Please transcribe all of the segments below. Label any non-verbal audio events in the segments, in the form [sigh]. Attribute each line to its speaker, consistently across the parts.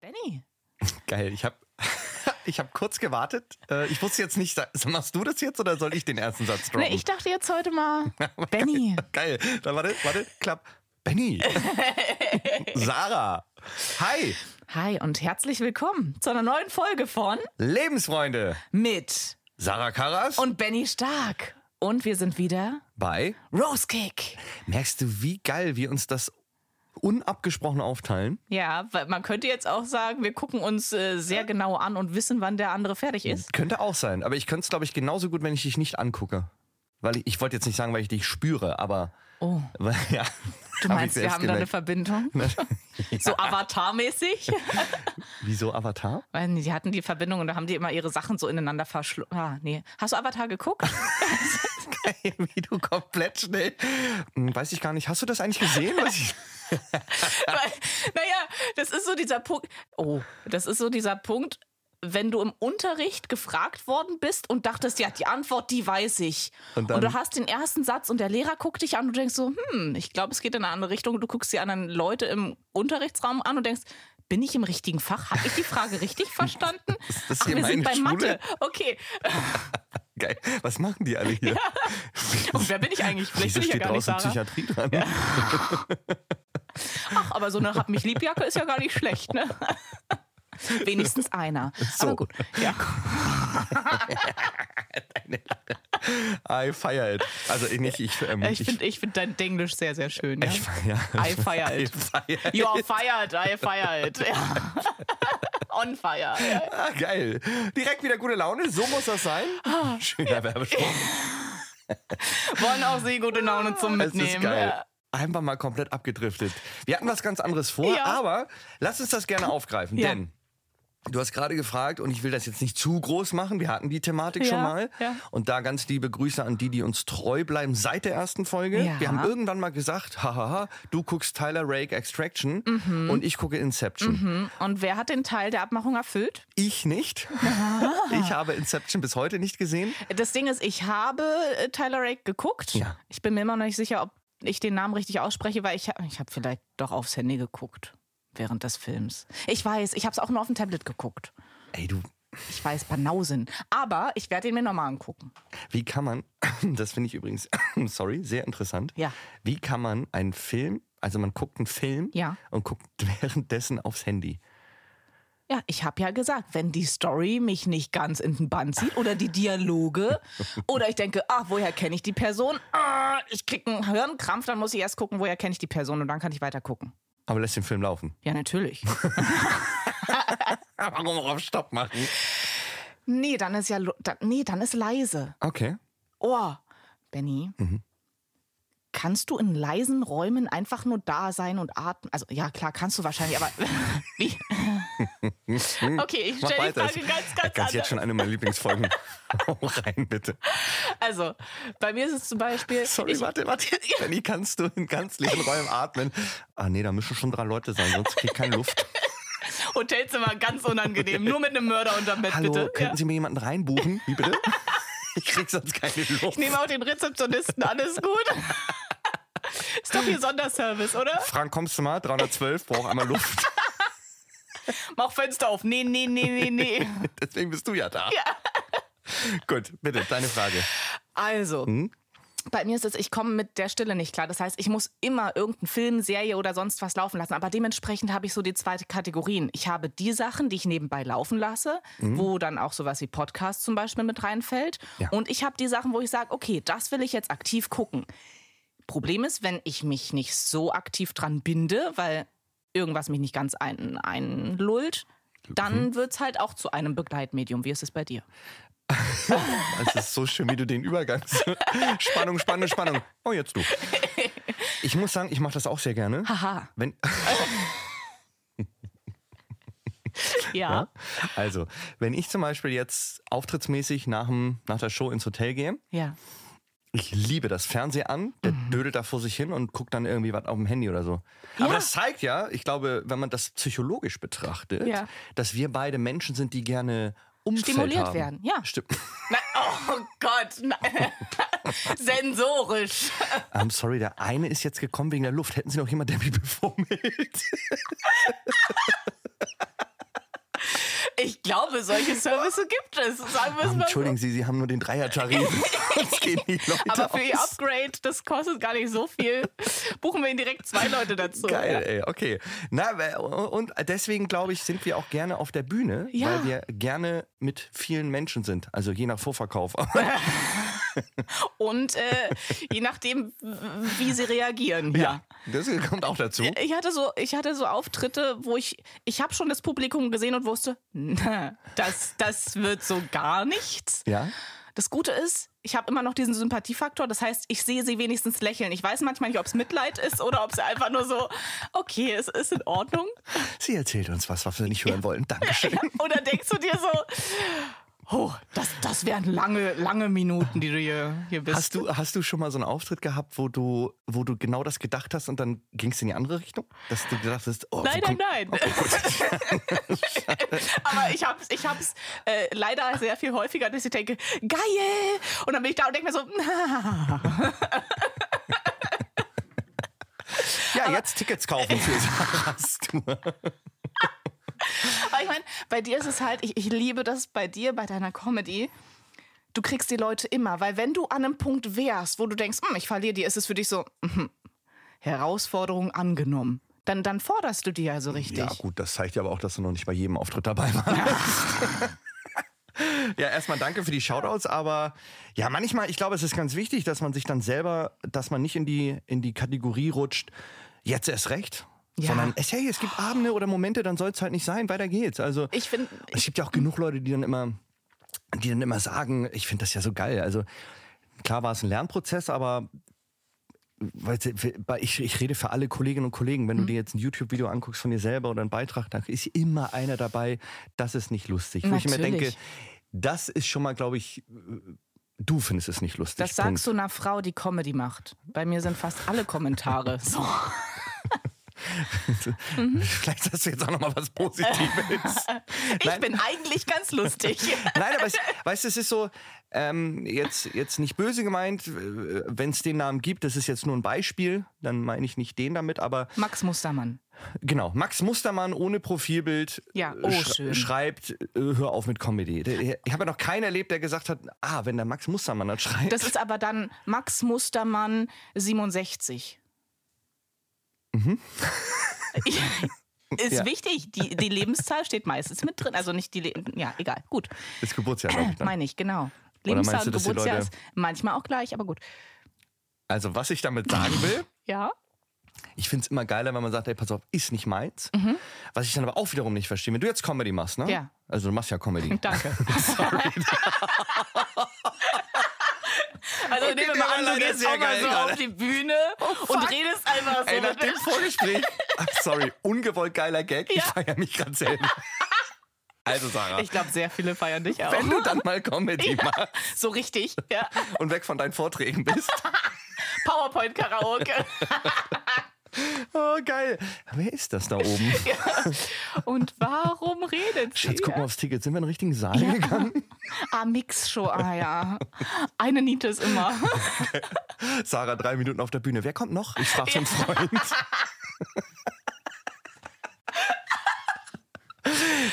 Speaker 1: Benny. Ne,
Speaker 2: Geil, ich habe [laughs] ich hab kurz gewartet. Äh, Ich wusste jetzt nicht, sa- machst du das jetzt oder soll ich den ersten Satz droppen?
Speaker 1: Nee, ich dachte jetzt heute mal Benny.
Speaker 2: [laughs] Geil. Dann warte, warte, klapp.
Speaker 1: [laughs]
Speaker 2: Benny. Sarah. Hi,
Speaker 1: Hi und herzlich willkommen zu einer neuen Folge von
Speaker 2: Lebensfreunde.
Speaker 1: mit
Speaker 2: Sarah Karas
Speaker 1: und Benny Stark. Und wir sind wieder
Speaker 2: bei.
Speaker 1: Rosekick.
Speaker 2: Merkst du, wie geil wir uns das unabgesprochen aufteilen?
Speaker 1: Ja, weil man könnte jetzt auch sagen, wir gucken uns äh, sehr genau an und wissen, wann der andere fertig ist.
Speaker 2: Könnte auch sein, aber ich könnte es, glaube ich, genauso gut, wenn ich dich nicht angucke. Weil ich, ich wollte jetzt nicht sagen, weil ich dich spüre, aber.
Speaker 1: Oh.
Speaker 2: [laughs] Weil, ja,
Speaker 1: Du
Speaker 2: Hab ich
Speaker 1: meinst, wir
Speaker 2: selbst
Speaker 1: haben da eine
Speaker 2: gemerkt. [laughs]
Speaker 1: Verbindung? So avatarmäßig?
Speaker 2: Wieso Avatar?
Speaker 1: Weil die hatten die Verbindung und da haben die immer ihre Sachen so ineinander verschlungen. Ah, nee. Hast du Avatar geguckt?
Speaker 2: [laughs] Wie du komplett schnell. Hm, Weiß ich gar nicht. Hast du das eigentlich gesehen?
Speaker 1: [laughs]
Speaker 2: Was ich,
Speaker 1: Weil, [laughs] naja, das ist so dieser Punkt. Oh, das ist so dieser Punkt, wenn du im Unterricht gefragt worden bist und dachtest, ja, die Antwort, die weiß ich. Und,
Speaker 2: Und dann-
Speaker 1: du hast den ersten Satz und der Lehrer guckt dich an und du denkst so, hm, ich glaube, es geht in eine andere Richtung. Du guckst die anderen Leute im Unterrichtsraum an und denkst, bin ich im richtigen Fach? Habe ich die Frage
Speaker 2: [laughs]
Speaker 1: richtig verstanden?
Speaker 2: das
Speaker 1: Ach,
Speaker 2: hier
Speaker 1: wir sind
Speaker 2: meine
Speaker 1: bei
Speaker 2: Schule?
Speaker 1: Mathe. Okay.
Speaker 2: geil. Was machen die alle hier?
Speaker 1: Und Oh, wer bin ich eigentlich? Vielleicht
Speaker 2: Wieso
Speaker 1: bin ich ja
Speaker 2: steht
Speaker 1: gar nicht
Speaker 2: draußen
Speaker 1: Sarah.
Speaker 2: Psychiatrie dran?
Speaker 1: Ach, aber so eine Hab mich Liebjacke ist ja gar nicht schlecht, ne? [laughs] Wenigstens einer.
Speaker 2: So.
Speaker 1: Aber gut.
Speaker 2: [laughs]
Speaker 1: Ja.
Speaker 2: Ah, I fire it. Also ich nicht, ich, ähm,
Speaker 1: Ich finde ich find dein Englisch sehr, sehr schön. Ja?
Speaker 2: ich [laughs] feier.
Speaker 1: I fire it.
Speaker 2: I fire
Speaker 1: You are fired, I fire it. Ja. [laughs] On fire. Ja.
Speaker 2: [laughs] Ah, geil. Direkt wieder gute Laune, so muss das sein.
Speaker 1: Ah.
Speaker 2: Schöner Werbespruch.
Speaker 1: Wollen auch Sie gute Laune zum
Speaker 2: Es
Speaker 1: Mitnehmen.
Speaker 2: ist geil.
Speaker 1: Ja.
Speaker 2: Einfach mal komplett abgedriftet. Wir hatten was ganz anderes vor,
Speaker 1: Ja.
Speaker 2: aber lass uns das gerne aufgreifen,
Speaker 1: Ja.
Speaker 2: denn du hast gerade gefragt und ich will das jetzt nicht zu groß machen. Wir hatten die Thematik schon
Speaker 1: Ja,
Speaker 2: mal
Speaker 1: ja.
Speaker 2: und da ganz liebe Grüße an die, die uns treu bleiben seit der ersten Folge.
Speaker 1: Ja.
Speaker 2: Wir haben irgendwann mal gesagt, hahaha, du guckst Tyler Rake Extraction
Speaker 1: Mhm.
Speaker 2: und ich gucke Inception.
Speaker 1: Und wer hat den Teil der Abmachung erfüllt? [laughs]
Speaker 2: Ich nicht. Ich habe Inception bis heute nicht gesehen.
Speaker 1: Das Ding ist, ich habe äh, Tyler Rake geguckt.
Speaker 2: Ja.
Speaker 1: Ich bin mir immer noch nicht sicher, ob ich den Namen richtig ausspreche, weil ich, hab- ich habe vielleicht doch aufs Handy geguckt während des Films. Ich weiß, ich habe es auch nur auf dem Tablet geguckt.
Speaker 2: Ey, du,
Speaker 1: Ich weiß, Banausen. Aber ich werde ihn mir nochmal angucken.
Speaker 2: wie kann man, [coughs] das finde ich übrigens, [coughs] sorry, sehr interessant.
Speaker 1: Ja.
Speaker 2: Wie kann man einen Film, also man guckt einen Film
Speaker 1: Ja.
Speaker 2: und guckt [laughs] währenddessen aufs Handy.
Speaker 1: Ja, ich habe ja gesagt, wenn die Story mich nicht ganz in den Bann zieht oder die
Speaker 2: [laughs]
Speaker 1: Dialoge oder ich denke, ach, woher kenne ich die Person? Ah, ich kriege einen Hirnkrampf, dann muss ich erst gucken, woher kenne ich die Person und dann kann ich weiter gucken.
Speaker 2: Aber lässt den
Speaker 1: [laughs]
Speaker 2: Film laufen.
Speaker 1: Ja,
Speaker 2: [laughs]
Speaker 1: natürlich.
Speaker 2: Warum auf Stopp machen?
Speaker 1: nee, dann ist ja lo- dann, nee, dann ist leise.
Speaker 2: Okay.
Speaker 1: Oh, Benny.
Speaker 2: Mhm.
Speaker 1: Kannst du in leisen Räumen einfach nur da sein und atmen? Also ja, klar, kannst du wahrscheinlich, aber [laughs]
Speaker 2: [laughs]
Speaker 1: wie? okay, ich
Speaker 2: Mach
Speaker 1: stelle die
Speaker 2: weiter.
Speaker 1: Frage ganz, ganz
Speaker 2: Kannst jetzt
Speaker 1: anders.
Speaker 2: schon eine meiner
Speaker 1: [laughs]
Speaker 2: Lieblingsfolgen Hau rein, bitte.
Speaker 1: Also, bei mir ist es zum Beispiel.
Speaker 2: Sorry,
Speaker 1: ich, [laughs]
Speaker 2: warte, warte. Benni, kannst du in ganz leeren Räumen atmen? Ah, nee, da müssen schon drei Leute sein, sonst kriegt
Speaker 1: [laughs]
Speaker 2: keine Luft.
Speaker 1: Hotelzimmer ganz unangenehm. Nur mit einem Mörder unterm Bett,
Speaker 2: Hallo,
Speaker 1: bitte.
Speaker 2: könnten
Speaker 1: Ja.
Speaker 2: Sie mir jemanden reinbuchen?
Speaker 1: [laughs]
Speaker 2: Wie bitte? Ich krieg sonst keine Luft.
Speaker 1: Nehmen auch den Rezeptionisten, alles gut. [laughs] Ist doch hier Sonderservice, oder?
Speaker 2: Frank, kommst du mal? 312, brauch einmal Luft.
Speaker 1: Mach Fenster auf. Nee, nee, nee, nee, nee.
Speaker 2: Deswegen bist du ja da. [laughs] Gut, bitte, deine Frage.
Speaker 1: Also, bei mir ist es, ich komme mit der Stille nicht klar. Das heißt, ich muss immer irgendeinen Film, Serie oder sonst was laufen lassen. Aber dementsprechend habe ich so die zwei Kategorien. Ich habe die Sachen, die ich nebenbei laufen lasse, wo dann auch sowas wie Podcast zum Beispiel mit reinfällt.
Speaker 2: Ja.
Speaker 1: Und ich habe die Sachen, wo ich sage, okay, das will ich jetzt aktiv gucken. Problem ist, wenn ich mich nicht so aktiv dran binde, weil irgendwas mich nicht ganz ein, einlullt, dann wird es halt auch zu einem Begleitmedium. Wie ist es bei dir?
Speaker 2: Es ist so schön, wie du Also den Übergang. [laughs] Spannung, Spannung, Spannung. Oh, jetzt du. Ich muss sagen, ich mache das auch sehr gerne.
Speaker 1: Haha,
Speaker 2: Wenn,
Speaker 1: ja.
Speaker 2: [laughs] also, wenn ich zum Beispiel jetzt auftrittsmäßig nach, dem, nach der Show ins Hotel gehe,
Speaker 1: ja.
Speaker 2: ich liebe das Fernsehen an, der dödelt da vor sich hin und guckt dann irgendwie was auf dem Handy oder so.
Speaker 1: Mhm.
Speaker 2: Aber
Speaker 1: Ja.
Speaker 2: das zeigt ja, ich glaube, wenn man das psychologisch betrachtet,
Speaker 1: Ja.
Speaker 2: dass wir beide Menschen sind, die gerne Umfeld
Speaker 1: Stimuliert
Speaker 2: haben.
Speaker 1: werden, ja.
Speaker 2: Stimmt.
Speaker 1: Na, oh Gott, nein. [laughs] sensorisch.
Speaker 2: I'm Ähm, sorry, der eine ist jetzt gekommen wegen der Luft. Hätten Sie noch jemanden, der mich befummelt?
Speaker 1: Ich glaube, solche Services gibt es. Sagen wir es mal so.
Speaker 2: Ähm, Entschuldigen Sie, Sie haben nur
Speaker 1: [laughs]
Speaker 2: den Dreier-Tarif. Sonst gehen die Leute
Speaker 1: Aber für ihr
Speaker 2: aus.
Speaker 1: Upgrade, das kostet gar nicht so viel. Buchen wir ihnen direkt zwei Leute dazu.
Speaker 2: Geil, ey, okay. Na, weil- und deswegen glaube ich, sind wir auch gerne auf der Bühne,
Speaker 1: Ja.
Speaker 2: weil wir gerne mit vielen Menschen sind. Also je nach Vorverkauf.
Speaker 1: Und äh, je nachdem, wie sie reagieren. Ja.
Speaker 2: Das kommt auch dazu.
Speaker 1: Ich hatte so, ich hatte so Auftritte, wo ich, ich habe schon das Publikum gesehen und wusste, [laughs] na, das, das wird so gar nichts.
Speaker 2: Ja.
Speaker 1: Das Gute ist, ich habe immer noch diesen Sympathiefaktor. Das heißt, ich sehe sie wenigstens lächeln. Ich weiß manchmal nicht, ob es Mitleid ist oder ob es einfach nur so, okay, es ist in
Speaker 2: [laughs]
Speaker 1: Ordnung.
Speaker 2: Sie erzählt uns was, was wir nicht hören wollen. Dankeschön.
Speaker 1: Oder denkst du dir so, oh, das, das wären lange, lange Minuten, die du hier, hier bist.
Speaker 2: Hast du, hast du schon mal so einen Auftritt gehabt, wo du, wo du genau das gedacht hast und dann ging es in die andere Richtung? Dass du gedacht hast, oh,
Speaker 1: Nein,
Speaker 2: wo kommt,
Speaker 1: nein, nein. [laughs] Aber ich hab's, ich hab's äh, leider sehr viel häufiger, dass ich denke, geil! Und dann bin ich da und denke mir so, na.
Speaker 2: Ja, jetzt Tickets kaufen [laughs] für Sarah's Tour.
Speaker 1: Aber ich meine, bei dir ist es halt, ich, ich liebe das bei dir, bei deiner Comedy. Du kriegst die Leute immer, weil wenn du an einem Punkt wärst, wo du denkst, hm, ich verliere die, ist es für dich so, mhm, Herausforderung angenommen. Dann, dann forderst du die ja so richtig.
Speaker 2: Ja, gut, das zeigt ja aber auch, dass du noch nicht bei jedem Auftritt dabei warst. Ja, erstmal danke für die Shoutouts, aber ja, manchmal, ich glaube, es ist ganz wichtig, dass man sich dann selber, dass man nicht in die, in die Kategorie rutscht, jetzt erst recht,
Speaker 1: Ja.
Speaker 2: sondern es, hey, es gibt Abende oder Momente, dann soll es halt nicht sein, weiter geht's. Also,
Speaker 1: Ich finde,
Speaker 2: es gibt ja auch genug Leute, die dann immer, die dann immer sagen, ich finde das ja so geil. Also klar war es ein Lernprozess, aber weißt du, für- bei- ich, ich rede für alle Kolleginnen und Kollegen,
Speaker 1: Mhm.
Speaker 2: wenn du dir jetzt ein YouTube-Video anguckst von dir selber oder einen Beitrag, dann ist immer einer dabei, das ist nicht lustig. Wo ich mir
Speaker 1: Natürlich.
Speaker 2: denke, das ist schon mal, glaube ich, äh, du findest es nicht lustig.
Speaker 1: das sagst du einer Frau, die Comedy macht. Bei mir sind fast alle Kommentare [laughs] so.
Speaker 2: [laughs] du.
Speaker 1: Mhm.
Speaker 2: Vielleicht sagst du jetzt auch noch
Speaker 1: [laughs]
Speaker 2: mal was Positives.
Speaker 1: Ich bin eigentlich ganz lustig.
Speaker 2: Nein,
Speaker 1: [laughs]
Speaker 2: aber es, weißt du, es ist so, ähm, jetzt, jetzt nicht böse gemeint, wenn es den Namen gibt, das ist jetzt nur ein Beispiel, dann meine ich nicht den damit, aber
Speaker 1: Max Mustermann.
Speaker 2: genau, Max Mustermann ohne Profilbild
Speaker 1: Ja,
Speaker 2: äh,
Speaker 1: oh, schön.
Speaker 2: schreibt, äh, hör auf mit Comedy. Der- Ich habe ja noch keinen erlebt, der gesagt hat, ah, wenn der Max Mustermann das schreibt.
Speaker 1: Das ist aber dann Max Mustermann 67. [laughs] Mhm. ist
Speaker 2: Ja.
Speaker 1: wichtig. Die, die Lebenszahl steht meistens mit drin. Also nicht die. Le ja, egal. Gut.
Speaker 2: ist Geburtsjahr, glaube ich. Ne?
Speaker 1: Meine ich, genau.
Speaker 2: Oder meinst
Speaker 1: Lebenszahl
Speaker 2: du,
Speaker 1: und
Speaker 2: dass die
Speaker 1: Geburtsjahr
Speaker 2: Leute-
Speaker 1: ist manchmal auch gleich, aber gut.
Speaker 2: Also, was ich
Speaker 1: [laughs]
Speaker 2: damit sagen will,
Speaker 1: Ja.
Speaker 2: ich finde es immer geiler, wenn man sagt, ey, pass auf, ist nicht meins. Was ich dann aber auch wiederum nicht verstehe. Wenn du jetzt Comedy machst, ne?
Speaker 1: Mhm. Ja.
Speaker 2: Also, du machst
Speaker 1: [laughs]
Speaker 2: ja Comedy. [laughs]
Speaker 1: Danke. [laughs] Also nehmen wir mal an,
Speaker 2: der war
Speaker 1: du
Speaker 2: leider
Speaker 1: gehst
Speaker 2: sehr
Speaker 1: auch mal
Speaker 2: geil
Speaker 1: so
Speaker 2: gerade. Oh,
Speaker 1: auf die Bühne und redest einfach so
Speaker 2: Ey, nach
Speaker 1: mit [laughs]
Speaker 2: dem Vorgespräch. Ach, sorry, ungewollt geiler Gag. Ich
Speaker 1: Ja.
Speaker 2: feiere mich gerade selber.
Speaker 1: [laughs]
Speaker 2: Also, Sarah,
Speaker 1: Ich glaube, sehr viele feiern dich auch.
Speaker 2: wenn du dann mal
Speaker 1: [laughs]
Speaker 2: Comedy machst
Speaker 1: So richtig.
Speaker 2: [laughs]
Speaker 1: Ja.
Speaker 2: und weg von deinen
Speaker 1: [laughs]
Speaker 2: Vorträgen bist.
Speaker 1: PowerPoint-Karaoke.
Speaker 2: Oh, geil. Wer ist das da oben?
Speaker 1: [laughs] Und warum redet sie?
Speaker 2: Schatz, guck mal aufs Ticket. Sind wir in den richtigen Saal gegangen?
Speaker 1: Ah, Mix-Show, ah ja. Eine Niete ist
Speaker 2: [laughs]
Speaker 1: immer.
Speaker 2: Sarah, drei Minuten auf der Bühne. Wer kommt noch? Ich frage schon Freund.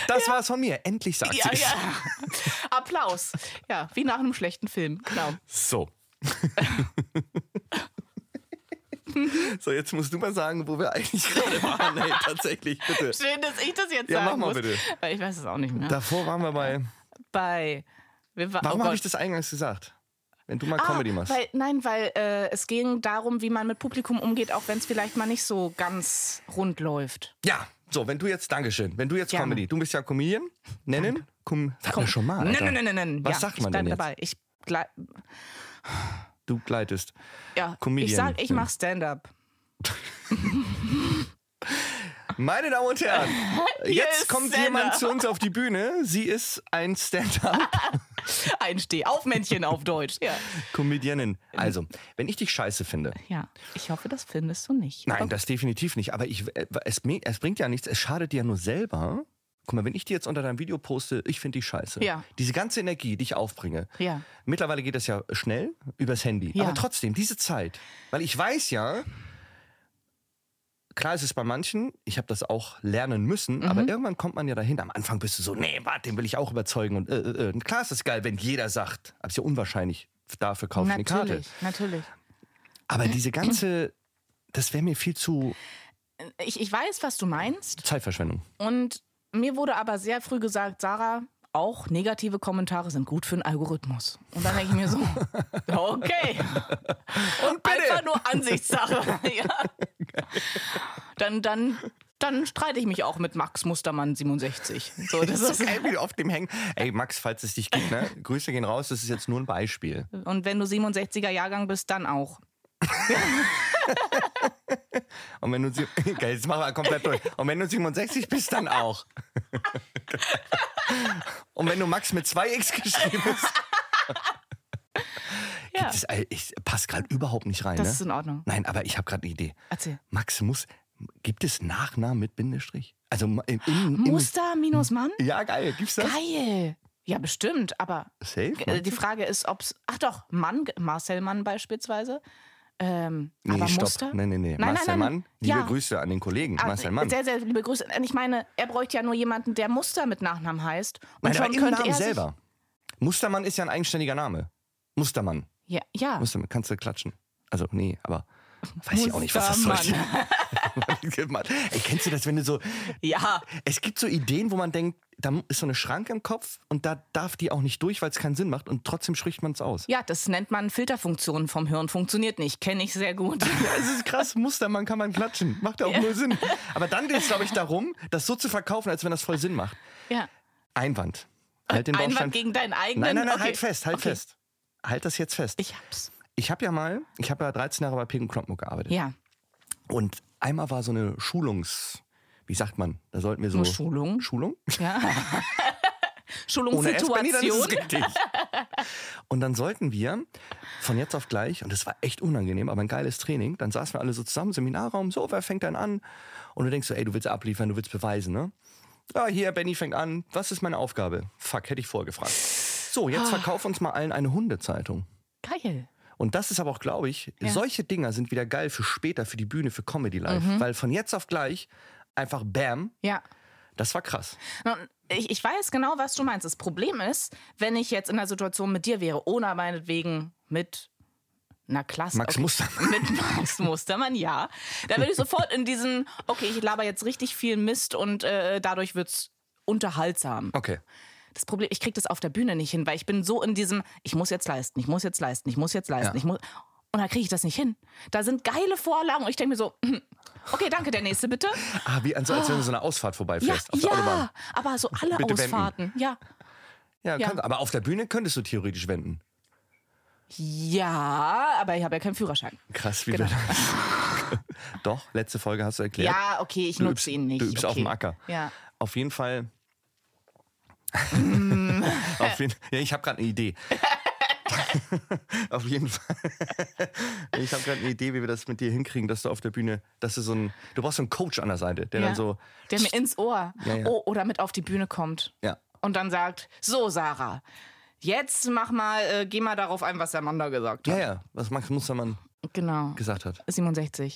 Speaker 2: Das war's von mir. Endlich sagt
Speaker 1: Ja,
Speaker 2: sie's.
Speaker 1: ja. Applaus. Ja, wie nach einem schlechten Film, genau.
Speaker 2: So. so, jetzt musst du mal sagen, wo wir eigentlich gerade waren. Hey, tatsächlich, bitte.
Speaker 1: Schön, dass ich das jetzt
Speaker 2: Ja,
Speaker 1: sagen
Speaker 2: mach mal
Speaker 1: muss,
Speaker 2: bitte.
Speaker 1: Weil ich weiß es auch nicht mehr.
Speaker 2: Davor waren wir bei.
Speaker 1: Bei. Wir war,
Speaker 2: Warum
Speaker 1: oh
Speaker 2: habe
Speaker 1: Gott.
Speaker 2: ich das eingangs gesagt? Wenn du mal
Speaker 1: Ah,
Speaker 2: Comedy machst.
Speaker 1: Weil, nein, weil äh, es ging darum, wie man mit Publikum umgeht, auch wenn es vielleicht mal nicht so ganz rund läuft.
Speaker 2: Ja, so, wenn du jetzt, Dankeschön, wenn du jetzt
Speaker 1: Gerne.
Speaker 2: Comedy, du bist ja Comedian, nennen? Kom Sag mir schon mal.
Speaker 1: Nein,
Speaker 2: Alter.
Speaker 1: nein, nein, nein, nein.
Speaker 2: Was
Speaker 1: ja,
Speaker 2: sagt
Speaker 1: ich
Speaker 2: man
Speaker 1: bleib
Speaker 2: denn jetzt?
Speaker 1: dabei. Ich, gle-
Speaker 2: Du gleitest.
Speaker 1: ja,
Speaker 2: Comedian.
Speaker 1: ich sag, ich
Speaker 2: Ja.
Speaker 1: mach Stand-up. [laughs]
Speaker 2: Meine Damen
Speaker 1: [laughs]
Speaker 2: und Herren, jetzt
Speaker 1: ist
Speaker 2: kommt
Speaker 1: Senna.
Speaker 2: jemand zu uns auf die Bühne. Sie ist ein Stand-up.
Speaker 1: Ein Steh-auf-Männchen auf Deutsch. Ja. [laughs]
Speaker 2: Comedianin. Also, wenn ich dich scheiße finde,
Speaker 1: ja, ich hoffe, das findest du nicht.
Speaker 2: Nein, das definitiv nicht. Aber ich, äh, es, mi- es bringt ja nichts, es schadet dir ja nur selber. Guck mal, wenn ich dir jetzt unter deinem Video poste, ich finde die scheiße.
Speaker 1: Ja.
Speaker 2: Diese ganze Energie, die ich aufbringe.
Speaker 1: Ja.
Speaker 2: Mittlerweile geht das ja schnell übers Handy.
Speaker 1: Ja.
Speaker 2: Aber trotzdem, diese Zeit. Weil ich weiß ja, klar ist es bei manchen, ich habe das auch lernen
Speaker 1: Mhm.
Speaker 2: müssen, aber irgendwann kommt man ja dahin. Am Anfang bist du so, nee, warte, den will ich auch überzeugen. Und äh, äh, äh. klar ist es geil, wenn jeder sagt, aber es ist ja unwahrscheinlich, dafür kaufe ich eine Karte.
Speaker 1: Natürlich, Mhm. natürlich.
Speaker 2: Aber diese ganze, das wäre mir viel zu
Speaker 1: Ich, ich weiß, was du meinst.
Speaker 2: Zeitverschwendung.
Speaker 1: Und mir wurde aber sehr früh gesagt, Sarah, auch negative Kommentare sind gut für den Algorithmus. Und dann denke ich
Speaker 2: [laughs]
Speaker 1: mir so, okay. Und einfach nur
Speaker 2: [laughs]
Speaker 1: Ansichtssache. [laughs] ja. Dann, dann, dann streite ich mich auch mit Max Mustermann 67.
Speaker 2: [laughs]
Speaker 1: So, [laughs] das ist,
Speaker 2: geil, wie du auf dem hängen. Ey, Max, falls es dich gibt, ne? Grüße gehen raus, das ist jetzt nur ein Beispiel.
Speaker 1: und wenn du 67er Jahrgang bist, dann auch.
Speaker 2: Und wenn du sie, [laughs] geil, jetzt machen wir komplett durch. Und wenn du 67 bist, dann auch. [laughs] Und wenn du Max mit 2x geschrieben hast.
Speaker 1: [laughs] Ja,
Speaker 2: Das, ey, ich passt gerade überhaupt nicht rein.
Speaker 1: das
Speaker 2: ne?
Speaker 1: ist in Ordnung.
Speaker 2: Nein, aber ich habe gerade eine Idee.
Speaker 1: Erzähl.
Speaker 2: Max muss. Gibt es Nachnamen mit Bindestrich? Also im, im, im,
Speaker 1: Muster minus Mann?
Speaker 2: Ja, geil. Gibt's das?
Speaker 1: Geil. Ja, bestimmt, aber
Speaker 2: Safe?
Speaker 1: Äh,
Speaker 2: Mann?
Speaker 1: Die Frage ist, ob es. Ach doch, Mann, Marcel Mann beispielsweise. Ähm, aber Muster?
Speaker 2: Nein, nein, nein.
Speaker 1: Nein,
Speaker 2: Marcel
Speaker 1: nein, nein.
Speaker 2: Mann, liebe
Speaker 1: Ja.
Speaker 2: Grüße an den Kollegen.
Speaker 1: Ah,
Speaker 2: Marcel Mann.
Speaker 1: Sehr, sehr liebe Grüße. Äh, Ich meine, er bräuchte ja nur jemanden, der Muster mit Nachnamen heißt. Und
Speaker 2: Nein, aber
Speaker 1: schon
Speaker 2: im
Speaker 1: könnte
Speaker 2: Namen
Speaker 1: er
Speaker 2: selber. Mustermann ist ja ein eigenständiger Name. Mustermann.
Speaker 1: Sich, ja, ja.
Speaker 2: Mustermann, kannst du klatschen. Also, nee, aber weiß ich auch nicht, was das soll.
Speaker 1: [laughs]
Speaker 2: [laughs] Ey, kennst du das, wenn du so.
Speaker 1: ja.
Speaker 2: Es gibt so Ideen, wo man denkt, da ist so eine Schranke im Kopf und da darf die auch nicht durch, weil es keinen Sinn macht und trotzdem spricht man es aus.
Speaker 1: Ja, das nennt man Filterfunktionen vom Hirn. Funktioniert nicht. Kenne ich sehr
Speaker 2: [laughs]
Speaker 1: gut.
Speaker 2: Es ist krass, Mustermann kann man klatschen. Macht ja auch nur Sinn. Aber dann geht es, glaube ich, darum, das so zu verkaufen, als wenn das voll Sinn macht.
Speaker 1: ja.
Speaker 2: Einwand. Halt den Baustein.
Speaker 1: Einwand gegen deinen eigenen.
Speaker 2: nein, nein, nein,
Speaker 1: okay.
Speaker 2: halt fest, halt
Speaker 1: okay.
Speaker 2: fest. Halt das jetzt fest.
Speaker 1: Ich hab's.
Speaker 2: Ich habe ja mal, ich habe ja 13 Jahre bei Pegen Kloppenburg gearbeitet.
Speaker 1: Ja.
Speaker 2: Und einmal war so eine Schulungs, wie sagt man, da sollten wir so.
Speaker 1: Eine Schulung?
Speaker 2: Schulung?
Speaker 1: ja.
Speaker 2: Ohne S, Benni, dann ist
Speaker 1: Schulungssituation.
Speaker 2: es richtig. Und dann sollten wir von jetzt auf gleich, und das war echt unangenehm, aber ein geiles Training, dann saßen wir alle so zusammen, Seminarraum, so, wer fängt dann an? Und du denkst so, ey, du willst abliefern, du willst beweisen, ne? Ja, hier, Benny fängt an. Was ist meine Aufgabe? Fuck, hätte ich vorgefragt. So, jetzt verkauf uns mal allen eine Hundezeitung.
Speaker 1: Geil.
Speaker 2: Und das ist aber auch, glaube ich, solche Dinger sind wieder geil für später, für die Bühne, für Comedy Live.
Speaker 1: Mhm.
Speaker 2: Weil von jetzt auf gleich einfach bam,
Speaker 1: Ja.
Speaker 2: das war krass.
Speaker 1: Nun, Ich, ich weiß genau, was du meinst. Das Problem ist, wenn ich jetzt in einer Situation mit dir wäre, oder meinetwegen mit einer Klasse.
Speaker 2: Max
Speaker 1: [laughs]
Speaker 2: Mustermann.
Speaker 1: Mit Max Mustermann, ja. Da würde ich sofort in diesen, okay, ich laber jetzt richtig viel Mist und äh, dadurch wird's unterhaltsam.
Speaker 2: Okay.
Speaker 1: Das Problem, ich krieg das auf der Bühne nicht hin, weil ich bin so in diesem, ich muss jetzt leisten, ich muss jetzt leisten, ich muss jetzt leisten,
Speaker 2: Ja.
Speaker 1: ich muss. Und da kriege ich das nicht hin. Da sind geile Vorlagen und ich denke mir so, hm, okay, danke, der nächste bitte.
Speaker 2: Ah, wie also, als wenn du so eine Ausfahrt
Speaker 1: Ja,
Speaker 2: vorbeifährst auf der Autobahn.
Speaker 1: ja, aber so alle
Speaker 2: Bitte wenden.
Speaker 1: Ausfahrten. Ja,
Speaker 2: Ja,
Speaker 1: Ja.
Speaker 2: Kann, aber auf der Bühne könntest du theoretisch wenden.
Speaker 1: Ja, aber ich habe ja keinen Führerschein.
Speaker 2: Krass, wie du das. [laughs] Doch, letzte Folge hast du erklärt.
Speaker 1: Genau. Ja, okay, ich
Speaker 2: Du übst-
Speaker 1: nutze ihn nicht.
Speaker 2: Du übst
Speaker 1: okay.
Speaker 2: auf dem Acker.
Speaker 1: Ja.
Speaker 2: Auf jeden Fall.
Speaker 1: Mm.
Speaker 2: [laughs] auf jeden, ja, ich habe gerade eine Idee. [laughs] auf jeden Fall. [laughs] ich habe gerade eine Idee, wie wir das mit dir hinkriegen, dass du auf der Bühne, dass du so ein, du brauchst so einen Coach an der Seite, der
Speaker 1: ja.
Speaker 2: dann so,
Speaker 1: Der mir ins Ohr
Speaker 2: Ja, ja.
Speaker 1: Oh, oder mit auf die Bühne kommt.
Speaker 2: ja,
Speaker 1: Und dann sagt: So, Sarah, jetzt mach mal, äh, geh mal darauf ein, was der Mann da gesagt hat.
Speaker 2: ja, ja, was Max Mustermann
Speaker 1: Genau.
Speaker 2: gesagt hat. [laughs]
Speaker 1: 67.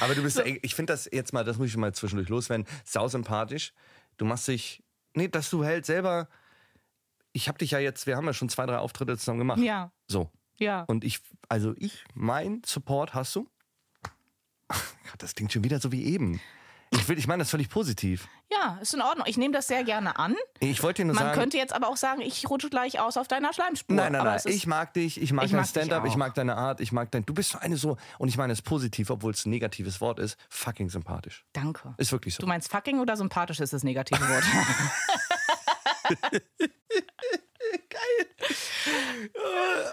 Speaker 2: Aber du bist, ey, ich finde das jetzt mal, das muss ich mal zwischendurch loswerden, sau sympathisch. Du machst dich, nee, dass du halt selber, ich habe dich ja jetzt, wir haben ja schon zwei, drei Auftritte zusammen gemacht.
Speaker 1: ja,
Speaker 2: So.
Speaker 1: ja.
Speaker 2: Und ich, also ich, mein Support hast du. Gott, Das klingt schon wieder so wie eben. Ich, will, ich meine das völlig positiv.
Speaker 1: Ja, ist in Ordnung. Ich nehme das sehr gerne an.
Speaker 2: Ich wollte dir nur
Speaker 1: Man
Speaker 2: sagen.
Speaker 1: könnte jetzt aber auch sagen: Ich rutsche gleich aus auf deiner Schleimspur.
Speaker 2: Nein, nein,
Speaker 1: aber
Speaker 2: nein.
Speaker 1: es ist-
Speaker 2: Ich mag dich, ich mag
Speaker 1: Ich
Speaker 2: dein
Speaker 1: mag dich
Speaker 2: Stand-up, ich
Speaker 1: auch.
Speaker 2: mag deine Art, ich mag dein. Du bist so eine so, und ich meine es positiv, obwohl es ein negatives Wort ist, fucking sympathisch.
Speaker 1: Danke.
Speaker 2: Ist wirklich so.
Speaker 1: Du meinst fucking oder sympathisch ist das negative Wort?
Speaker 2: [laughs]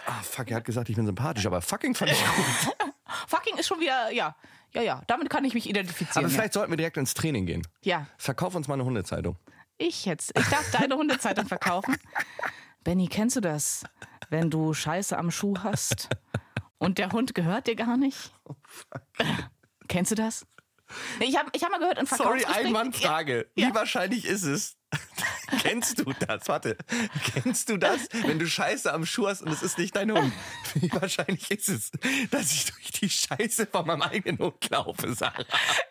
Speaker 2: Ah, fuck, er hat gesagt, ich bin sympathisch,
Speaker 1: [laughs]
Speaker 2: aber fucking fand ich gut.
Speaker 1: fucking ist schon wieder, ja. Ja, ja. Damit kann ich mich identifizieren.
Speaker 2: Aber vielleicht sollten wir direkt ins Training gehen.
Speaker 1: ja. ja.
Speaker 2: Verkauf uns mal eine Hundezeitung.
Speaker 1: Ich jetzt. Ich darf deine Hundezeitung verkaufen. [laughs] Benny, kennst du das? Wenn du Scheiße am Schuh hast und der Hund gehört dir gar nicht?
Speaker 2: Oh,
Speaker 1: Kennst du das? Nee, Ich habe ich hab mal gehört, in
Speaker 2: Sorry,
Speaker 1: Verkaufsgesprächen-
Speaker 2: Einwandfrage.
Speaker 1: Ja.
Speaker 2: Wie wahrscheinlich ist es, [laughs] Kennst du das? Warte. Kennst du das, wenn du Scheiße am Schuh hast und es ist nicht dein Hund? Wie wahrscheinlich ist es, dass ich durch die Scheiße von meinem eigenen Hund laufe, Sarah?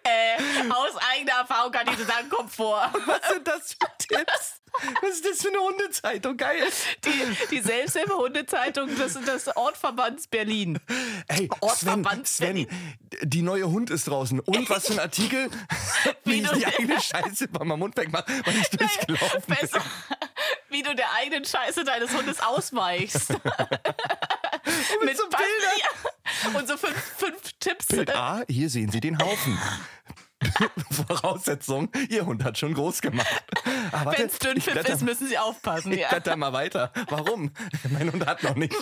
Speaker 1: Äh, aus eigener Erfahrung kann ich dir sagen, kommt vor.
Speaker 2: Was sind das für Tipps? Was ist das für eine Hundezeitung? Geil.
Speaker 1: Die, die Selbsthilfe Hundezeitung, das ist das Ortverbands Berlin.
Speaker 2: Ey, Sven,
Speaker 1: Ortsverband
Speaker 2: Sven, die neue Hund ist draußen. Und was für
Speaker 1: [laughs]
Speaker 2: ein Artikel, wie,
Speaker 1: Wie
Speaker 2: ich
Speaker 1: du-
Speaker 2: die eigene Scheiße von meinem Hund wegmache, weil ich durchgelaufen bin.
Speaker 1: Besser, wie du der eigenen Scheiße deines Hundes
Speaker 2: [laughs]
Speaker 1: ausweichst. Mit
Speaker 2: so
Speaker 1: Basti-
Speaker 2: Bildern.
Speaker 1: Und so fünf, fünf Tipps.
Speaker 2: Bild A, hier sehen Sie
Speaker 1: [laughs]
Speaker 2: den Haufen. Voraussetzung, Ihr Hund hat schon groß gemacht. Ah, warte,
Speaker 1: Wenn es dünn
Speaker 2: ich
Speaker 1: Pfiff
Speaker 2: blätter-
Speaker 1: ist, müssen sie aufpassen.
Speaker 2: Ich
Speaker 1: Ja.
Speaker 2: blätter mal weiter. Warum? Mein Hund hat
Speaker 1: [laughs]
Speaker 2: noch nicht.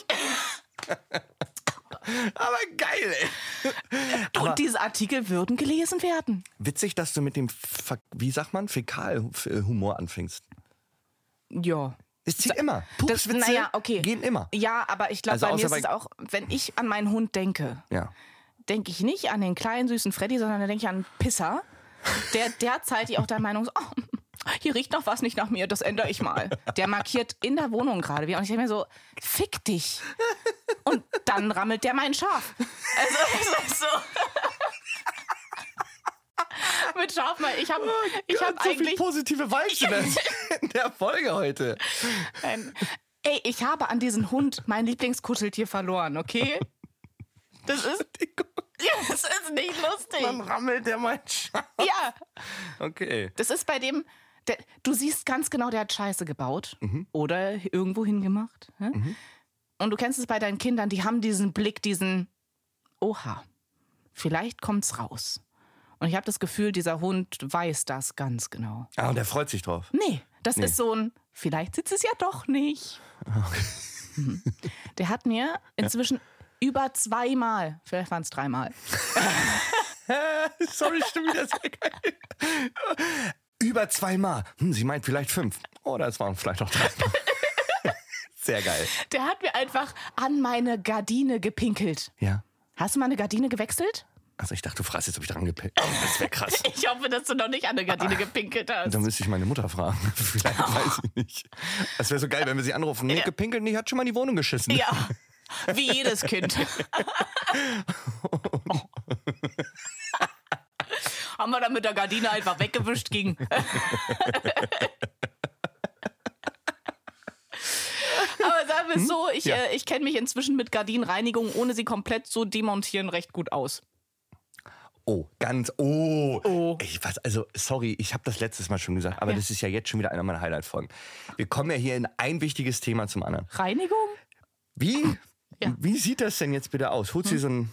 Speaker 2: Aber geil, ey. aber-
Speaker 1: Und diese Artikel würden gelesen werden.
Speaker 2: Witzig, dass du mit dem, Fak- wie sagt man, Fäkalhumor anfängst.
Speaker 1: Ja.
Speaker 2: Es zieht immer.
Speaker 1: Das,
Speaker 2: Pupswitze
Speaker 1: naja, okay.
Speaker 2: gehen immer.
Speaker 1: Ja, aber ich glaube,
Speaker 2: Also
Speaker 1: bei mir
Speaker 2: außer
Speaker 1: ist es
Speaker 2: bei-
Speaker 1: auch, wenn ich an meinen Hund denke,
Speaker 2: Ja.
Speaker 1: denke ich nicht an den kleinen süßen Freddy, sondern da denke ich an einen Pisser, der derzeitig auch der Meinung ist, oh, hier riecht noch was nicht nach mir, das ändere ich mal. Der markiert in der Wohnung gerade wieder und ich denke mir so, fick dich. Und dann rammelt der mein Schaf. Also [laughs] es ist so. Mit Schaf mal, ich habe ich
Speaker 2: Oh Gott,
Speaker 1: hab
Speaker 2: so viel
Speaker 1: eigentlich
Speaker 2: positive Vibes
Speaker 1: [laughs]
Speaker 2: in der- in der Folge heute.
Speaker 1: Nein. Ey, ich habe an diesen Hund mein Lieblingskuscheltier verloren, okay? Das
Speaker 2: [laughs]
Speaker 1: ist, ja, das ist nicht lustig.
Speaker 2: Dann rammelt der mein Schaf.
Speaker 1: Ja,
Speaker 2: Okay.
Speaker 1: das ist bei dem, der, du siehst ganz genau, der hat Scheiße gebaut oder irgendwo hingemacht. Ne? Und du kennst es bei deinen Kindern, die haben diesen Blick, diesen, oha, vielleicht kommt's raus. Und ich habe das Gefühl, dieser Hund weiß das ganz genau.
Speaker 2: Ah, und der freut sich drauf.
Speaker 1: Nee, das ist so ein, vielleicht sitzt es ja doch nicht. Mhm. Der hat mir inzwischen über zweimal, vielleicht waren es dreimal.
Speaker 2: [laughs] Sorry, stimmt wieder sehr geil. Über zweimal. Hm, sie meint vielleicht fünf. Oder es waren vielleicht
Speaker 1: [laughs]
Speaker 2: auch drei. sehr geil.
Speaker 1: Der hat mir einfach an meine Gardine gepinkelt.
Speaker 2: Ja.
Speaker 1: Hast du mal eine Gardine gewechselt?
Speaker 2: Also ich dachte, du fragst jetzt, ob ich dran gepellt habe. Das wäre krass.
Speaker 1: Ich hoffe, dass du noch nicht an eine Gardine gepinkelt hast.
Speaker 2: Dann müsste ich meine Mutter fragen. [laughs] Vielleicht
Speaker 1: Oh.
Speaker 2: weiß ich nicht. Es wäre so geil, wenn wir sie anrufen. Nee, gepinkelt, nee, hat schon mal in die Wohnung geschissen.
Speaker 1: [laughs] Ja, wie jedes [laughs] Kind. Haben wir dann mit der Gardine einfach weggewischt ging. [laughs] Aber sagen wir es so, ich,
Speaker 2: Ja.
Speaker 1: äh, ich kenne mich inzwischen mit Gardinenreinigung, ohne sie komplett zu demontieren, recht gut aus.
Speaker 2: Oh, ganz, oh.
Speaker 1: Oh.
Speaker 2: Ich weiß, also, sorry, ich habe das letztes Mal schon gesagt, aber
Speaker 1: Ja.
Speaker 2: das ist ja jetzt schon wieder einer meiner Highlight-Folgen. Wir kommen ja hier in ein wichtiges Thema zum anderen.
Speaker 1: Reinigung?
Speaker 2: Wie,
Speaker 1: Ja. Hm.
Speaker 2: wie sieht das denn jetzt bitte aus? Holst du so ein.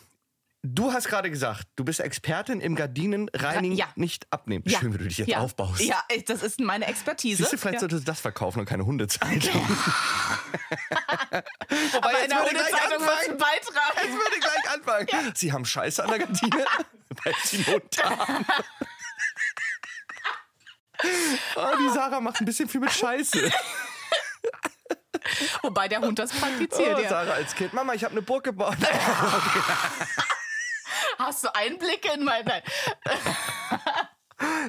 Speaker 2: Du hast gerade gesagt, du bist Expertin im Gardinenreinigen,
Speaker 1: Ja.
Speaker 2: nicht abnehmen.
Speaker 1: Ja.
Speaker 2: Schön, wie du dich jetzt
Speaker 1: ja.
Speaker 2: aufbaust.
Speaker 1: Ja, ich- das ist meine Expertise.
Speaker 2: Siehst du, vielleicht
Speaker 1: ja.
Speaker 2: solltest du das verkaufen und keine
Speaker 1: [laughs]
Speaker 2: [laughs] Hundezeitung. Wobei,
Speaker 1: Bei einer
Speaker 2: jetzt würde gleich
Speaker 1: Zeitung wird ein
Speaker 2: anfangen.
Speaker 1: Beitrag.
Speaker 2: Ich würde gleich anfangen. Sie haben Scheiße an
Speaker 1: [laughs]
Speaker 2: der Gardine, weil sie einen Hund haben. Oh, die Sarah macht ein bisschen viel mit Scheiße.
Speaker 1: Wobei der Hund das
Speaker 2: Oh,
Speaker 1: praktiziert. ja.
Speaker 2: Sarah als Kind. Mama, ich habe eine Burg gebaut.
Speaker 1: Hast du Einblicke in mein... Nein.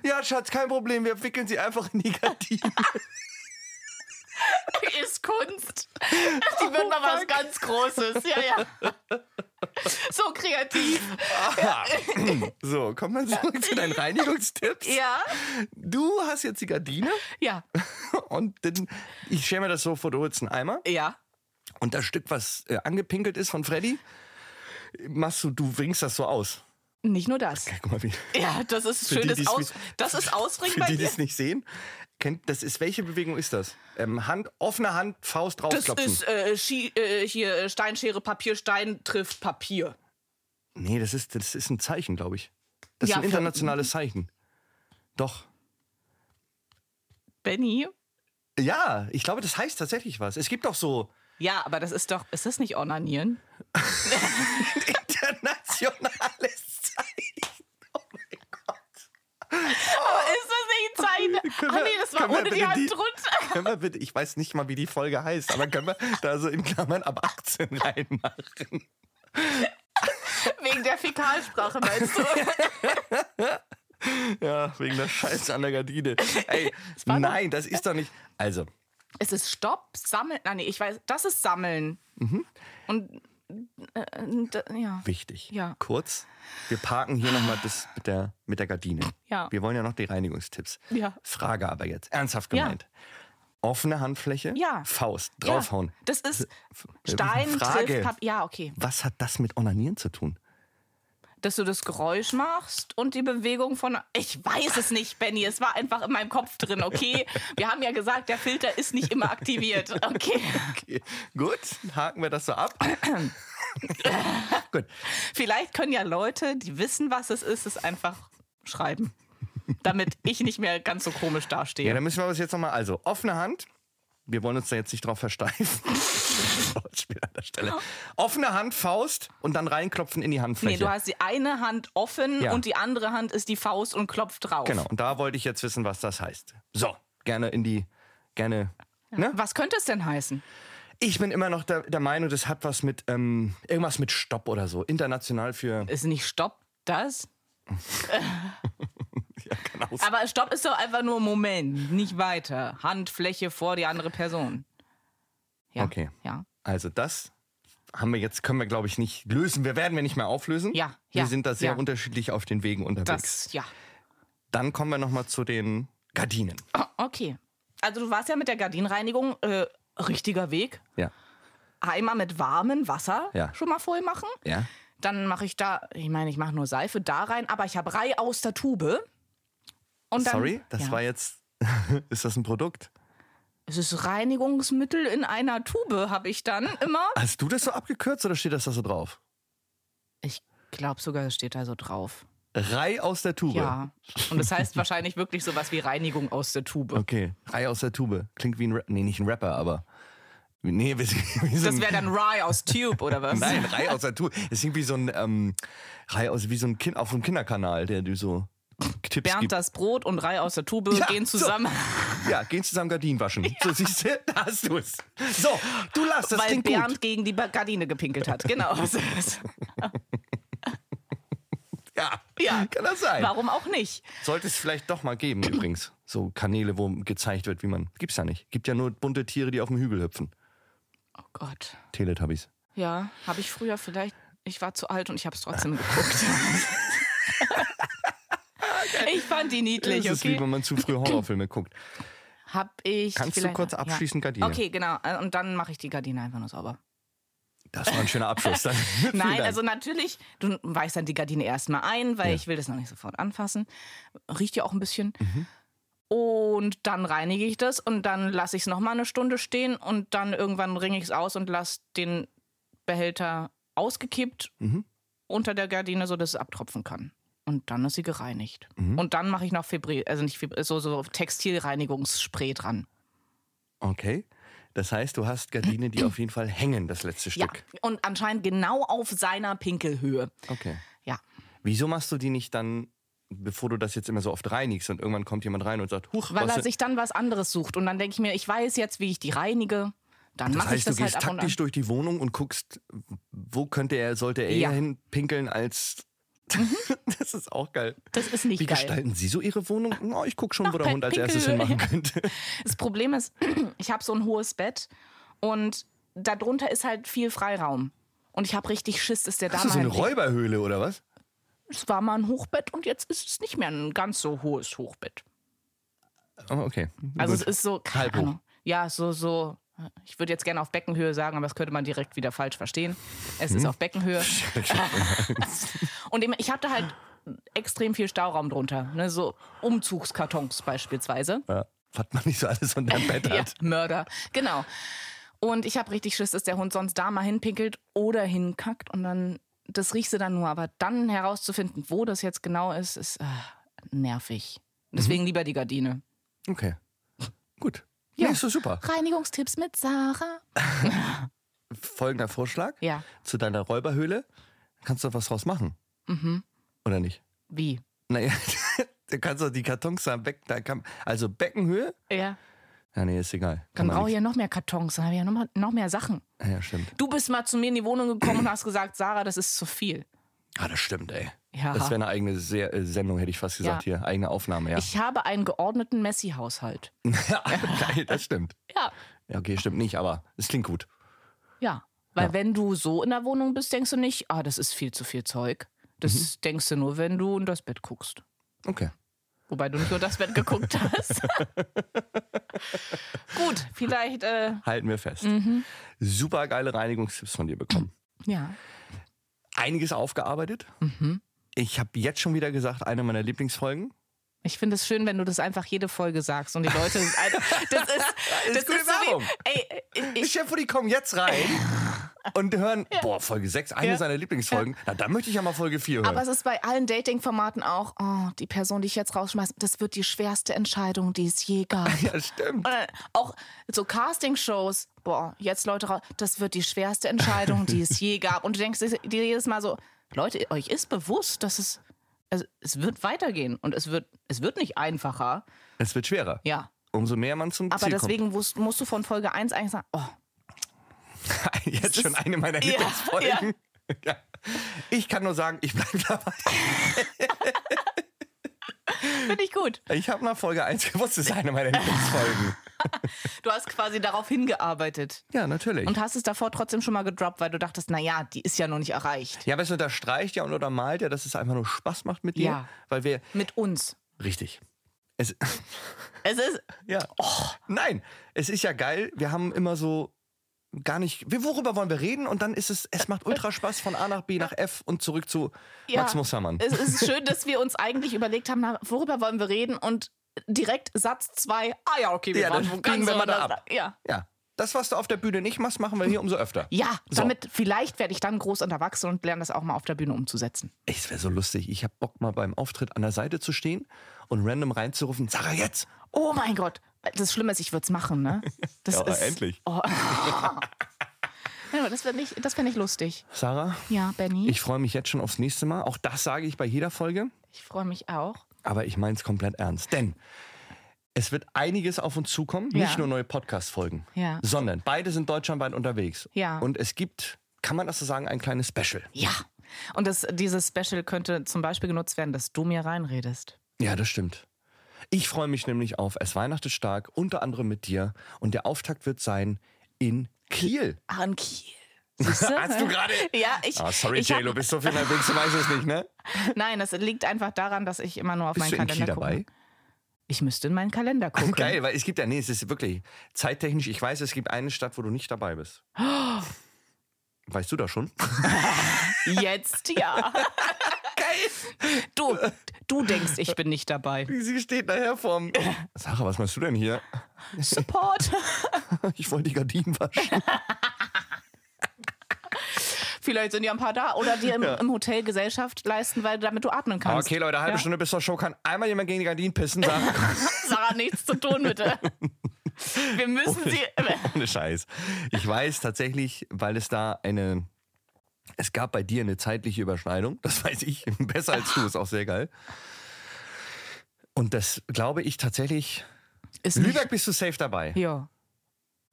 Speaker 2: Ja, Schatz, kein Problem. Wir wickeln sie einfach in die Gardine.
Speaker 1: [laughs] ist [laughs] Kunst. Die wird mal was
Speaker 2: fuck.
Speaker 1: ganz Großes. Ja, [laughs] ja. So kreativ.
Speaker 2: Aha. [clears throat] So, kommen wir zurück zu deinen Reinigungstipps.
Speaker 1: Ja.
Speaker 2: Du hast jetzt die Gardine
Speaker 1: Ja.
Speaker 2: und den, ich stelle mir das so vor, du holst einen Eimer
Speaker 1: Ja.
Speaker 2: und das Stück, was äh, angepinkelt ist von Freddy, machst du, du winkst das so aus.
Speaker 1: Nicht nur das.
Speaker 2: Guck mal, wie,
Speaker 1: Ja, das ist
Speaker 2: die,
Speaker 1: schönes
Speaker 2: die's
Speaker 1: Aus.
Speaker 2: mit-
Speaker 1: Das ist Ausringen
Speaker 2: für
Speaker 1: bei
Speaker 2: die, die
Speaker 1: dir.
Speaker 2: es nicht sehen. Kennt, das ist, welche Bewegung ist das? Ähm, Hand, offene Hand, Faust
Speaker 1: Das
Speaker 2: draufklopfen.
Speaker 1: ist äh, Schi äh, hier äh, Steinschere, Papier, Stein trifft Papier.
Speaker 2: nee, das ist, das ist ein Zeichen, glaube ich. Das
Speaker 1: Ja,
Speaker 2: ist ein
Speaker 1: für-
Speaker 2: internationales Zeichen. Doch.
Speaker 1: Benny.
Speaker 2: Ja, ich glaube, das heißt tatsächlich was. Es gibt auch so [laughs]
Speaker 1: Ja, aber das ist doch, ist das nicht Ornanieren?
Speaker 2: internationales Zeichen. Oh mein Gott.
Speaker 1: Aber Oh, ist das nicht ein Zeichen?
Speaker 2: Können
Speaker 1: Ah
Speaker 2: wir-
Speaker 1: nee, das war
Speaker 2: können wir
Speaker 1: ohne die
Speaker 2: bitte
Speaker 1: Hand
Speaker 2: die-
Speaker 1: drunter.
Speaker 2: Können wir bitte, ich weiß nicht mal, wie die Folge heißt, aber können wir da so in Klammern ab 18 reinmachen?
Speaker 1: Wegen der Fäkalsprache, meinst du?
Speaker 2: ja, wegen der Scheiße an der Gardine. Ey, nein, das ist doch nicht. Also,
Speaker 1: Es ist Stopp, Sammeln. Ah, nee, ich weiß, das ist Sammeln.
Speaker 2: Mhm.
Speaker 1: Und äh, d- ja.
Speaker 2: wichtig.
Speaker 1: Ja.
Speaker 2: Kurz, wir parken hier nochmal das mit der, mit der Gardine.
Speaker 1: Ja.
Speaker 2: Wir wollen ja noch die Reinigungstipps.
Speaker 1: Ja.
Speaker 2: Frage aber jetzt, ernsthaft
Speaker 1: Ja.
Speaker 2: gemeint. Offene Handfläche,
Speaker 1: Ja.
Speaker 2: Faust, draufhauen. äh,
Speaker 1: Ja, das ist Stein,
Speaker 2: Frage.
Speaker 1: trifft Papier. Ja, okay.
Speaker 2: Was hat das mit Onanieren zu tun?
Speaker 1: Dass du das Geräusch machst und die Bewegung von. Ich weiß es nicht, Benny. Es war einfach in meinem Kopf drin,
Speaker 2: [laughs]
Speaker 1: okay? Wir haben ja gesagt, der Filter ist nicht immer aktiviert. Okay.
Speaker 2: Okay. Gut, haken wir das so ab. Gut.
Speaker 1: Vielleicht können ja Leute, die wissen, was es ist, es einfach schreiben. Damit ich nicht mehr ganz so komisch dastehe.
Speaker 2: Ja, dann müssen wir uns jetzt nochmal, also offene Hand. Wir wollen uns da jetzt nicht drauf [laughs] versteifen. Wortspiel an der Stelle. Offene Hand, Faust und dann reinklopfen in die
Speaker 1: Nee,
Speaker 2: Handfläche.
Speaker 1: du hast die eine Hand offen
Speaker 2: Ja.
Speaker 1: und die andere Hand ist die Faust und klopft drauf.
Speaker 2: genau, und da wollte ich jetzt wissen, was das heißt. So, gerne in die, gerne. Ne?
Speaker 1: Was könnte es denn heißen?
Speaker 2: Ich bin immer noch der, der Meinung, das hat was mit, ähm, irgendwas mit Stopp oder so. International für,
Speaker 1: Ist nicht Stopp das?
Speaker 2: ja, keine Ahnung.
Speaker 1: Aber Stopp ist doch einfach nur Moment, nicht weiter. Handfläche vor die andere Person. Ja.
Speaker 2: Okay.
Speaker 1: Ja.
Speaker 2: Also das haben wir jetzt, können wir glaube ich nicht lösen. Wir werden wir nicht mehr auflösen.
Speaker 1: Ja,
Speaker 2: Wir
Speaker 1: ja,
Speaker 2: sind da sehr
Speaker 1: ja.
Speaker 2: unterschiedlich auf den Wegen unterwegs.
Speaker 1: Das, ja. [clears throat]
Speaker 2: Dann kommen wir nochmal zu den Gardinen.
Speaker 1: Oh, okay. Also du warst ja mit der Gardinenreinigung äh, richtiger Weg.
Speaker 2: Ja.
Speaker 1: Eimer mit warmem Wasser
Speaker 2: Ja.
Speaker 1: schon mal voll machen.
Speaker 2: Ja.
Speaker 1: Dann mache ich da, ich meine, ich mache nur Seife da rein, aber ich habe Brei aus der Tube. Und dann,
Speaker 2: Sorry, das
Speaker 1: ja.
Speaker 2: war jetzt. [laughs] ist das ein Produkt?
Speaker 1: Es ist Reinigungsmittel in einer Tube, habe ich dann immer.
Speaker 2: Hast du das so abgekürzt oder steht das da so drauf?
Speaker 1: Ich glaube sogar, es steht da so drauf.
Speaker 2: Rei aus der Tube.
Speaker 1: Ja. Und das heißt wahrscheinlich wirklich sowas wie Reinigung aus der Tube.
Speaker 2: Okay, Rei aus der Tube. Klingt wie ein Rapper. Nee, nicht ein Rapper, aber. Nee, [laughs] wie, wie so
Speaker 1: Das
Speaker 2: ein-
Speaker 1: wäre dann Rye aus Tube oder was?
Speaker 2: Nein, Rei aus der Tube. Das klingt wie so ein. Ähm, Rei aus. Wie so ein Kind auf einem Kinderkanal, der du so. Tipps
Speaker 1: Bernd
Speaker 2: gibt.
Speaker 1: das Brot und Rye aus der Tube
Speaker 2: Ja,
Speaker 1: gehen
Speaker 2: so.
Speaker 1: zusammen.
Speaker 2: Ja, gehen zusammen Gardinen
Speaker 1: [laughs]
Speaker 2: waschen. So, siehst du, da hast du es. So, du lass, das
Speaker 1: weil
Speaker 2: klingt
Speaker 1: Bernd
Speaker 2: gut.
Speaker 1: gegen die Ba- Gardine gepinkelt hat.
Speaker 2: [laughs]
Speaker 1: Genau. [laughs] So ist-
Speaker 2: Ja,
Speaker 1: ja.
Speaker 2: kann das sein.
Speaker 1: Warum auch nicht?
Speaker 2: Sollte es vielleicht doch mal geben, übrigens. So Kanäle, wo gezeigt wird, wie man. Gibt's ja nicht. Gibt ja nur bunte Tiere, die auf dem Hügel hüpfen.
Speaker 1: Oh Gott.
Speaker 2: Teletubbies.
Speaker 1: Ja, habe ich früher vielleicht. Ich war zu alt und ich habe es trotzdem
Speaker 2: [laughs]
Speaker 1: geguckt. ich fand die
Speaker 2: Das
Speaker 1: niedlich,
Speaker 2: ist wie
Speaker 1: okay?
Speaker 2: wenn man zu
Speaker 1: [laughs]
Speaker 2: früh Horrorfilme guckt.
Speaker 1: Hab ich.
Speaker 2: Kannst du
Speaker 1: vielleicht-
Speaker 2: kurz abschließen, Gardine?
Speaker 1: Okay, genau. Äh, Und dann mache ich die Gardine einfach nur sauber.
Speaker 2: Das war ein schöner
Speaker 1: [laughs]
Speaker 2: Abschluss. Dann. Vielen
Speaker 1: Nein,
Speaker 2: Dank.
Speaker 1: also natürlich, du weichst dann die Gardine erstmal ein, weil
Speaker 2: Ja.
Speaker 1: ich will das noch nicht sofort anfassen. Riecht ja auch ein bisschen.
Speaker 2: Mhm.
Speaker 1: Und dann reinige ich das und dann lasse ich es nochmal eine Stunde stehen und dann irgendwann ringe ich es aus und lasse den Behälter ausgekippt
Speaker 2: Mhm.
Speaker 1: unter der Gardine, sodass es abtropfen kann. Und dann ist sie gereinigt.
Speaker 2: Mhm.
Speaker 1: Und dann mache ich noch Fibri also nicht Fibri so, so Textilreinigungsspray dran.
Speaker 2: Okay. Das heißt, du hast Gardinen, die auf jeden Fall hängen, das letzte
Speaker 1: Ja.
Speaker 2: Stück.
Speaker 1: Und anscheinend genau auf seiner Pinkelhöhe.
Speaker 2: Okay.
Speaker 1: Ja.
Speaker 2: Wieso machst du die nicht dann, bevor du das jetzt immer so oft reinigst und irgendwann kommt jemand rein und sagt, Huch,
Speaker 1: Weil
Speaker 2: was
Speaker 1: er
Speaker 2: denn-
Speaker 1: sich dann was anderes sucht. Und dann denke ich mir, ich weiß jetzt, wie ich die reinige. Dann
Speaker 2: das
Speaker 1: mache ich
Speaker 2: heißt, du
Speaker 1: das
Speaker 2: gehst
Speaker 1: halt ab und an.
Speaker 2: taktisch durch die Wohnung und guckst, wo könnte er, sollte er
Speaker 1: Ja. Mhm.
Speaker 2: eher hinpinkeln als. [laughs] das ist auch geil.
Speaker 1: Das ist nicht
Speaker 2: Wie
Speaker 1: geil.
Speaker 2: gestalten Sie so Ihre Wohnung? Oh, ich guck schon, wo der
Speaker 1: Nach
Speaker 2: Hund als erstes
Speaker 1: Pinkel.
Speaker 2: hinmachen
Speaker 1: [laughs]
Speaker 2: könnte.
Speaker 1: Das Problem ist, [clears throat] ich habe so ein hohes Bett und darunter ist halt viel Freiraum. Und ich habe richtig Schiss, dass der da
Speaker 2: Hast du
Speaker 1: mal.
Speaker 2: so eine
Speaker 1: hinlegt.
Speaker 2: Räuberhöhle oder was?
Speaker 1: es war mal ein Hochbett und jetzt ist es nicht mehr ein ganz so hohes Hochbett.
Speaker 2: Oh, okay.
Speaker 1: Also
Speaker 2: Gut.
Speaker 1: es ist so, keine
Speaker 2: Halb hoch.
Speaker 1: Ahnung. Ja, so, so. Ich würde jetzt gerne auf Beckenhöhe sagen, aber das könnte man direkt wieder falsch verstehen. Es
Speaker 2: Mhm.
Speaker 1: ist auf Beckenhöhe. Und eben, ich habe da halt extrem viel Stauraum drunter. Ne? So Umzugskartons beispielsweise.
Speaker 2: [laughs] ja, was man nicht so alles unter dem Bett
Speaker 1: [laughs] Ja,
Speaker 2: hat.
Speaker 1: Mörder. Genau. Und ich habe richtig Schiss, dass der Hund sonst da mal hinpinkelt oder hinkackt. Und dann, das riechst du dann nur. Aber dann herauszufinden, wo das jetzt genau ist, ist ah, nervig. Deswegen lieber die Gardine.
Speaker 2: Okay. Gut.
Speaker 1: Ja.
Speaker 2: Ja. Nee, ist doch super.
Speaker 1: Reinigungstipps mit Sarah.
Speaker 2: Folgender Vorschlag
Speaker 1: Ja.
Speaker 2: zu deiner Räuberhöhle. Kannst du was draus machen?
Speaker 1: Mhm.
Speaker 2: Oder nicht?
Speaker 1: Wie?
Speaker 2: Naja, [laughs] du kannst doch die Kartons da weg. Da kann, also Beckenhöhe?
Speaker 1: Ja.
Speaker 2: Ja, nee, ist egal.
Speaker 1: Dann
Speaker 2: man
Speaker 1: brauche ich ja noch mehr Kartons, dann habe ich ja noch, mal, noch mehr Sachen.
Speaker 2: nicht- Ja, stimmt.
Speaker 1: Du bist mal zu mir in die Wohnung gekommen und hast gesagt, Sarah, das ist zu viel.
Speaker 2: Ah, das stimmt, ey.
Speaker 1: Ja.
Speaker 2: Das wäre eine eigene Se äh, Sendung, hätte ich fast gesagt
Speaker 1: Ja.
Speaker 2: hier. Eigene Aufnahme, ja.
Speaker 1: Ich habe einen geordneten Messi-Haushalt.
Speaker 2: ja, [laughs] geil, das stimmt.
Speaker 1: Ja,
Speaker 2: Ja, okay, stimmt nicht, aber es klingt gut.
Speaker 1: ja. Weil
Speaker 2: Ja.
Speaker 1: wenn du so in der Wohnung bist, denkst du nicht, ah, das ist viel zu viel Zeug. Das
Speaker 2: Mhm.
Speaker 1: denkst du nur, wenn du in das Bett guckst.
Speaker 2: Okay.
Speaker 1: Wobei du nicht nur das Bett
Speaker 2: [laughs]
Speaker 1: geguckt hast. Gut, vielleicht, äh,
Speaker 2: Halten wir fest.
Speaker 1: Mhm.
Speaker 2: Super geile Reinigungstipps von dir bekommen.
Speaker 1: ja.
Speaker 2: Einiges aufgearbeitet.
Speaker 1: Mhm.
Speaker 2: Ich habe jetzt schon wieder gesagt, eine meiner Lieblingsfolgen.
Speaker 1: Ich finde es schön, wenn du das einfach jede Folge sagst und die Leute.
Speaker 2: [laughs]
Speaker 1: Das ist, das
Speaker 2: gute
Speaker 1: ist so
Speaker 2: Werbung.
Speaker 1: wie, ey, äh, ich,
Speaker 2: Ich Chef, die kommen
Speaker 1: [laughs]
Speaker 2: jetzt rein und hören, boah, Folge 6, eine
Speaker 1: Ja.
Speaker 2: seiner Lieblingsfolgen. Na, dann möchte ich ja mal Folge 4 hören.
Speaker 1: Aber es ist bei allen Dating-Formaten auch, oh, die Person, die ich jetzt rausschmeiße, das wird die schwerste Entscheidung, die es je gab.
Speaker 2: [laughs] ja, stimmt.
Speaker 1: Äh, auch so Casting-Shows, boah, jetzt Leute raus, das wird die schwerste Entscheidung, die es je gab. Und du denkst dir jedes Mal so, Leute, euch ist bewusst, dass es, es, es wird weitergehen und es wird, es wird nicht einfacher.
Speaker 2: Es wird schwerer.
Speaker 1: Ja.
Speaker 2: Umso mehr man zum
Speaker 1: Aber
Speaker 2: Ziel
Speaker 1: deswegen musst, musst du von Folge 1 eigentlich sagen, oh,
Speaker 2: kommt. [laughs] Jetzt schon eine meiner
Speaker 1: Ja,
Speaker 2: Lieblingsfolgen. [laughs] Ja. Ich kann nur sagen, ich bleibe [laughs] dabei.
Speaker 1: finde ich gut.
Speaker 2: Ich habe nach Folge 1 gewusst, es ist
Speaker 1: [laughs]
Speaker 2: eine meiner Lieblingsfolgen.
Speaker 1: Du hast quasi darauf hingearbeitet
Speaker 2: Ja, natürlich.
Speaker 1: und hast es davor trotzdem schon mal gedroppt, weil du dachtest, naja, die ist ja noch nicht erreicht.
Speaker 2: ja, aber es unterstreicht ja und untermalt ja, dass es einfach nur Spaß macht mit dir.
Speaker 1: Ja.
Speaker 2: Weil wir.
Speaker 1: Mit uns.
Speaker 2: Richtig. Es, [laughs]
Speaker 1: Es ist.
Speaker 2: ja.
Speaker 1: Oh.
Speaker 2: Nein, es ist ja geil. Wir haben immer so gar nicht. wir- Worüber wollen wir reden? Und dann ist es, es macht ultra Spaß von A nach B nach F und zurück zu
Speaker 1: Ja, Äh.
Speaker 2: Max Mussermann.
Speaker 1: Es ist schön, dass wir uns eigentlich überlegt haben, na, worüber wollen wir reden und direkt Satz 2, ah ja, okay, wir
Speaker 2: Ja,
Speaker 1: waren
Speaker 2: dann
Speaker 1: wo
Speaker 2: biegen
Speaker 1: ganz
Speaker 2: wir mal da
Speaker 1: anders-
Speaker 2: ab.
Speaker 1: Ja.
Speaker 2: Ja. Das, was du auf der Bühne nicht machst, machen wir hier umso öfter.
Speaker 1: Ja,
Speaker 2: So.
Speaker 1: damit vielleicht werde ich dann groß und erwachsen und lerne das auch mal auf der Bühne umzusetzen.
Speaker 2: Ey, es wäre so lustig. Ich hab Bock, mal beim Auftritt an der Seite zu stehen und random reinzurufen, Sarah, jetzt!
Speaker 1: Oh mein Gott, das Schlimme ist, ich würde es machen, ne? Das
Speaker 2: [laughs] Ja, aber
Speaker 1: ist,
Speaker 2: endlich.
Speaker 1: Oh. [laughs] Ja, aber das finde ich, das find ich lustig.
Speaker 2: Sarah,
Speaker 1: Ja, Benny, ich,
Speaker 2: ich freue mich jetzt schon aufs nächste Mal. Auch das sage ich bei jeder Folge,
Speaker 1: freue mich auch.
Speaker 2: aber ich meine es komplett ernst. Denn es wird einiges auf uns zukommen,
Speaker 1: Ja.
Speaker 2: nicht nur neue Podcast-Folgen,
Speaker 1: Ja.
Speaker 2: sondern beide sind deutschlandweit unterwegs.
Speaker 1: Ja.
Speaker 2: Und es gibt, kann man das so sagen, ein kleines Special.
Speaker 1: Ja. Und das, dieses Special könnte zum Beispiel genutzt werden, dass du mir reinredest.
Speaker 2: Ja, das stimmt. Ich freue mich nämlich auf Es Weihnachtet stark, unter anderem mit dir. Und der Auftakt wird sein in Kiel.
Speaker 1: Ah, in Kiel. Siehst
Speaker 2: Hast du gerade
Speaker 1: Ja, ich.
Speaker 2: Ah, sorry,
Speaker 1: ich hab-
Speaker 2: JLo, bist du viel unterwegs, du weißt es nicht, ne?
Speaker 1: Nein, das liegt einfach daran, dass ich immer nur auf
Speaker 2: Bist
Speaker 1: meinen
Speaker 2: du in Kiel
Speaker 1: Kalender
Speaker 2: dabei?
Speaker 1: gucke. Ich müsste in meinen Kalender gucken.
Speaker 2: [laughs] Geil, weil es gibt ja, nee, es ist wirklich zeittechnisch, ich weiß, es gibt eine Stadt, wo du nicht dabei bist.
Speaker 1: Oh.
Speaker 2: Weißt du das schon?
Speaker 1: Jetzt
Speaker 2: [laughs]
Speaker 1: ja. Geil. Du, du denkst, ich bin nicht dabei.
Speaker 2: Sie steht nachher vorm. Sarah, was machst du denn hier? [laughs]
Speaker 1: Support.
Speaker 2: Ich wollte die Gardinen waschen.
Speaker 1: Vielleicht sind ja ein paar da oder dir im, im Hotel Gesellschaft leisten, weil damit du atmen kannst.
Speaker 2: Okay, Leute, halbe
Speaker 1: Ja.
Speaker 2: Stunde bis zur Show kann einmal jemand gegen die Gardinen
Speaker 1: [laughs]
Speaker 2: pissen. Sarah.
Speaker 1: Sarah, nichts zu tun,
Speaker 2: [laughs]
Speaker 1: bitte. Wir müssen sie.
Speaker 2: Ohne Scheiß. Ich weiß tatsächlich, weil es da eine. Es gab bei dir eine zeitliche Überschneidung, das weiß ich [laughs] besser als du, ist auch sehr geil. Und das glaube ich tatsächlich.
Speaker 1: Ist nicht-
Speaker 2: Lübeck bist du safe dabei.
Speaker 1: Ja.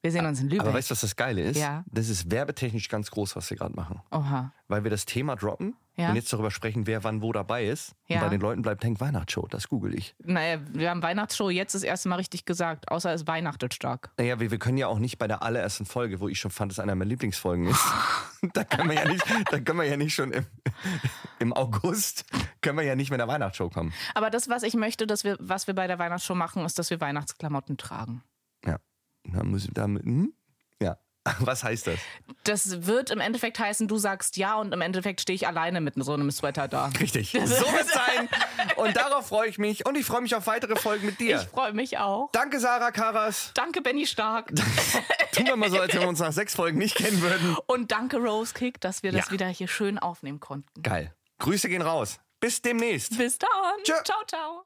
Speaker 1: Wir sehen uns in Lübeck.
Speaker 2: Aber weißt du, was das Geile ist?
Speaker 1: Ja.
Speaker 2: Das ist werbetechnisch ganz groß, was wir gerade machen.
Speaker 1: Oha.
Speaker 2: Weil wir das Thema droppen
Speaker 1: Ja.
Speaker 2: und jetzt darüber sprechen, wer wann wo dabei ist.
Speaker 1: Ja.
Speaker 2: Und bei den Leuten bleibt hängen Weihnachtsshow, das google ich.
Speaker 1: Naja, wir haben Weihnachtsshow jetzt das erste Mal richtig gesagt, außer es weihnachtet stark.
Speaker 2: Naja, wir, wir können ja auch nicht bei der allerersten Folge, wo ich schon fand, dass einer meiner
Speaker 1: [laughs]
Speaker 2: Lieblingsfolgen ist. da, können wir ja nicht, da können wir ja nicht schon im, im August, können wir ja nicht mit der Weihnachtsshow kommen.
Speaker 1: Aber das, was ich möchte, dass wir, was wir bei der Weihnachtsshow machen, ist, dass wir Weihnachtsklamotten tragen.
Speaker 2: Ja. Da muss ich, da, hm? Ja. [laughs] Was heißt das?
Speaker 1: Das wird im Endeffekt heißen, du sagst ja und im Endeffekt stehe ich alleine mit so einem Sweater da.
Speaker 2: Richtig. So
Speaker 1: [laughs]
Speaker 2: wird sein. Und darauf freue ich mich. Und ich freue mich auf weitere Folgen mit
Speaker 1: Ich
Speaker 2: dir.
Speaker 1: freue mich auch.
Speaker 2: Danke, Sarah Karas.
Speaker 1: Danke, Benny Stark.
Speaker 2: [laughs] Tun wir mal so, als wenn wir uns nach sechs Folgen nicht kennen würden.
Speaker 1: Und danke, Rose Kick, dass wir das
Speaker 2: Ja.
Speaker 1: wieder hier schön aufnehmen konnten.
Speaker 2: Geil. Grüße gehen raus. Bis demnächst.
Speaker 1: Bis dann.
Speaker 2: Tschö.
Speaker 1: Ciao, ciao.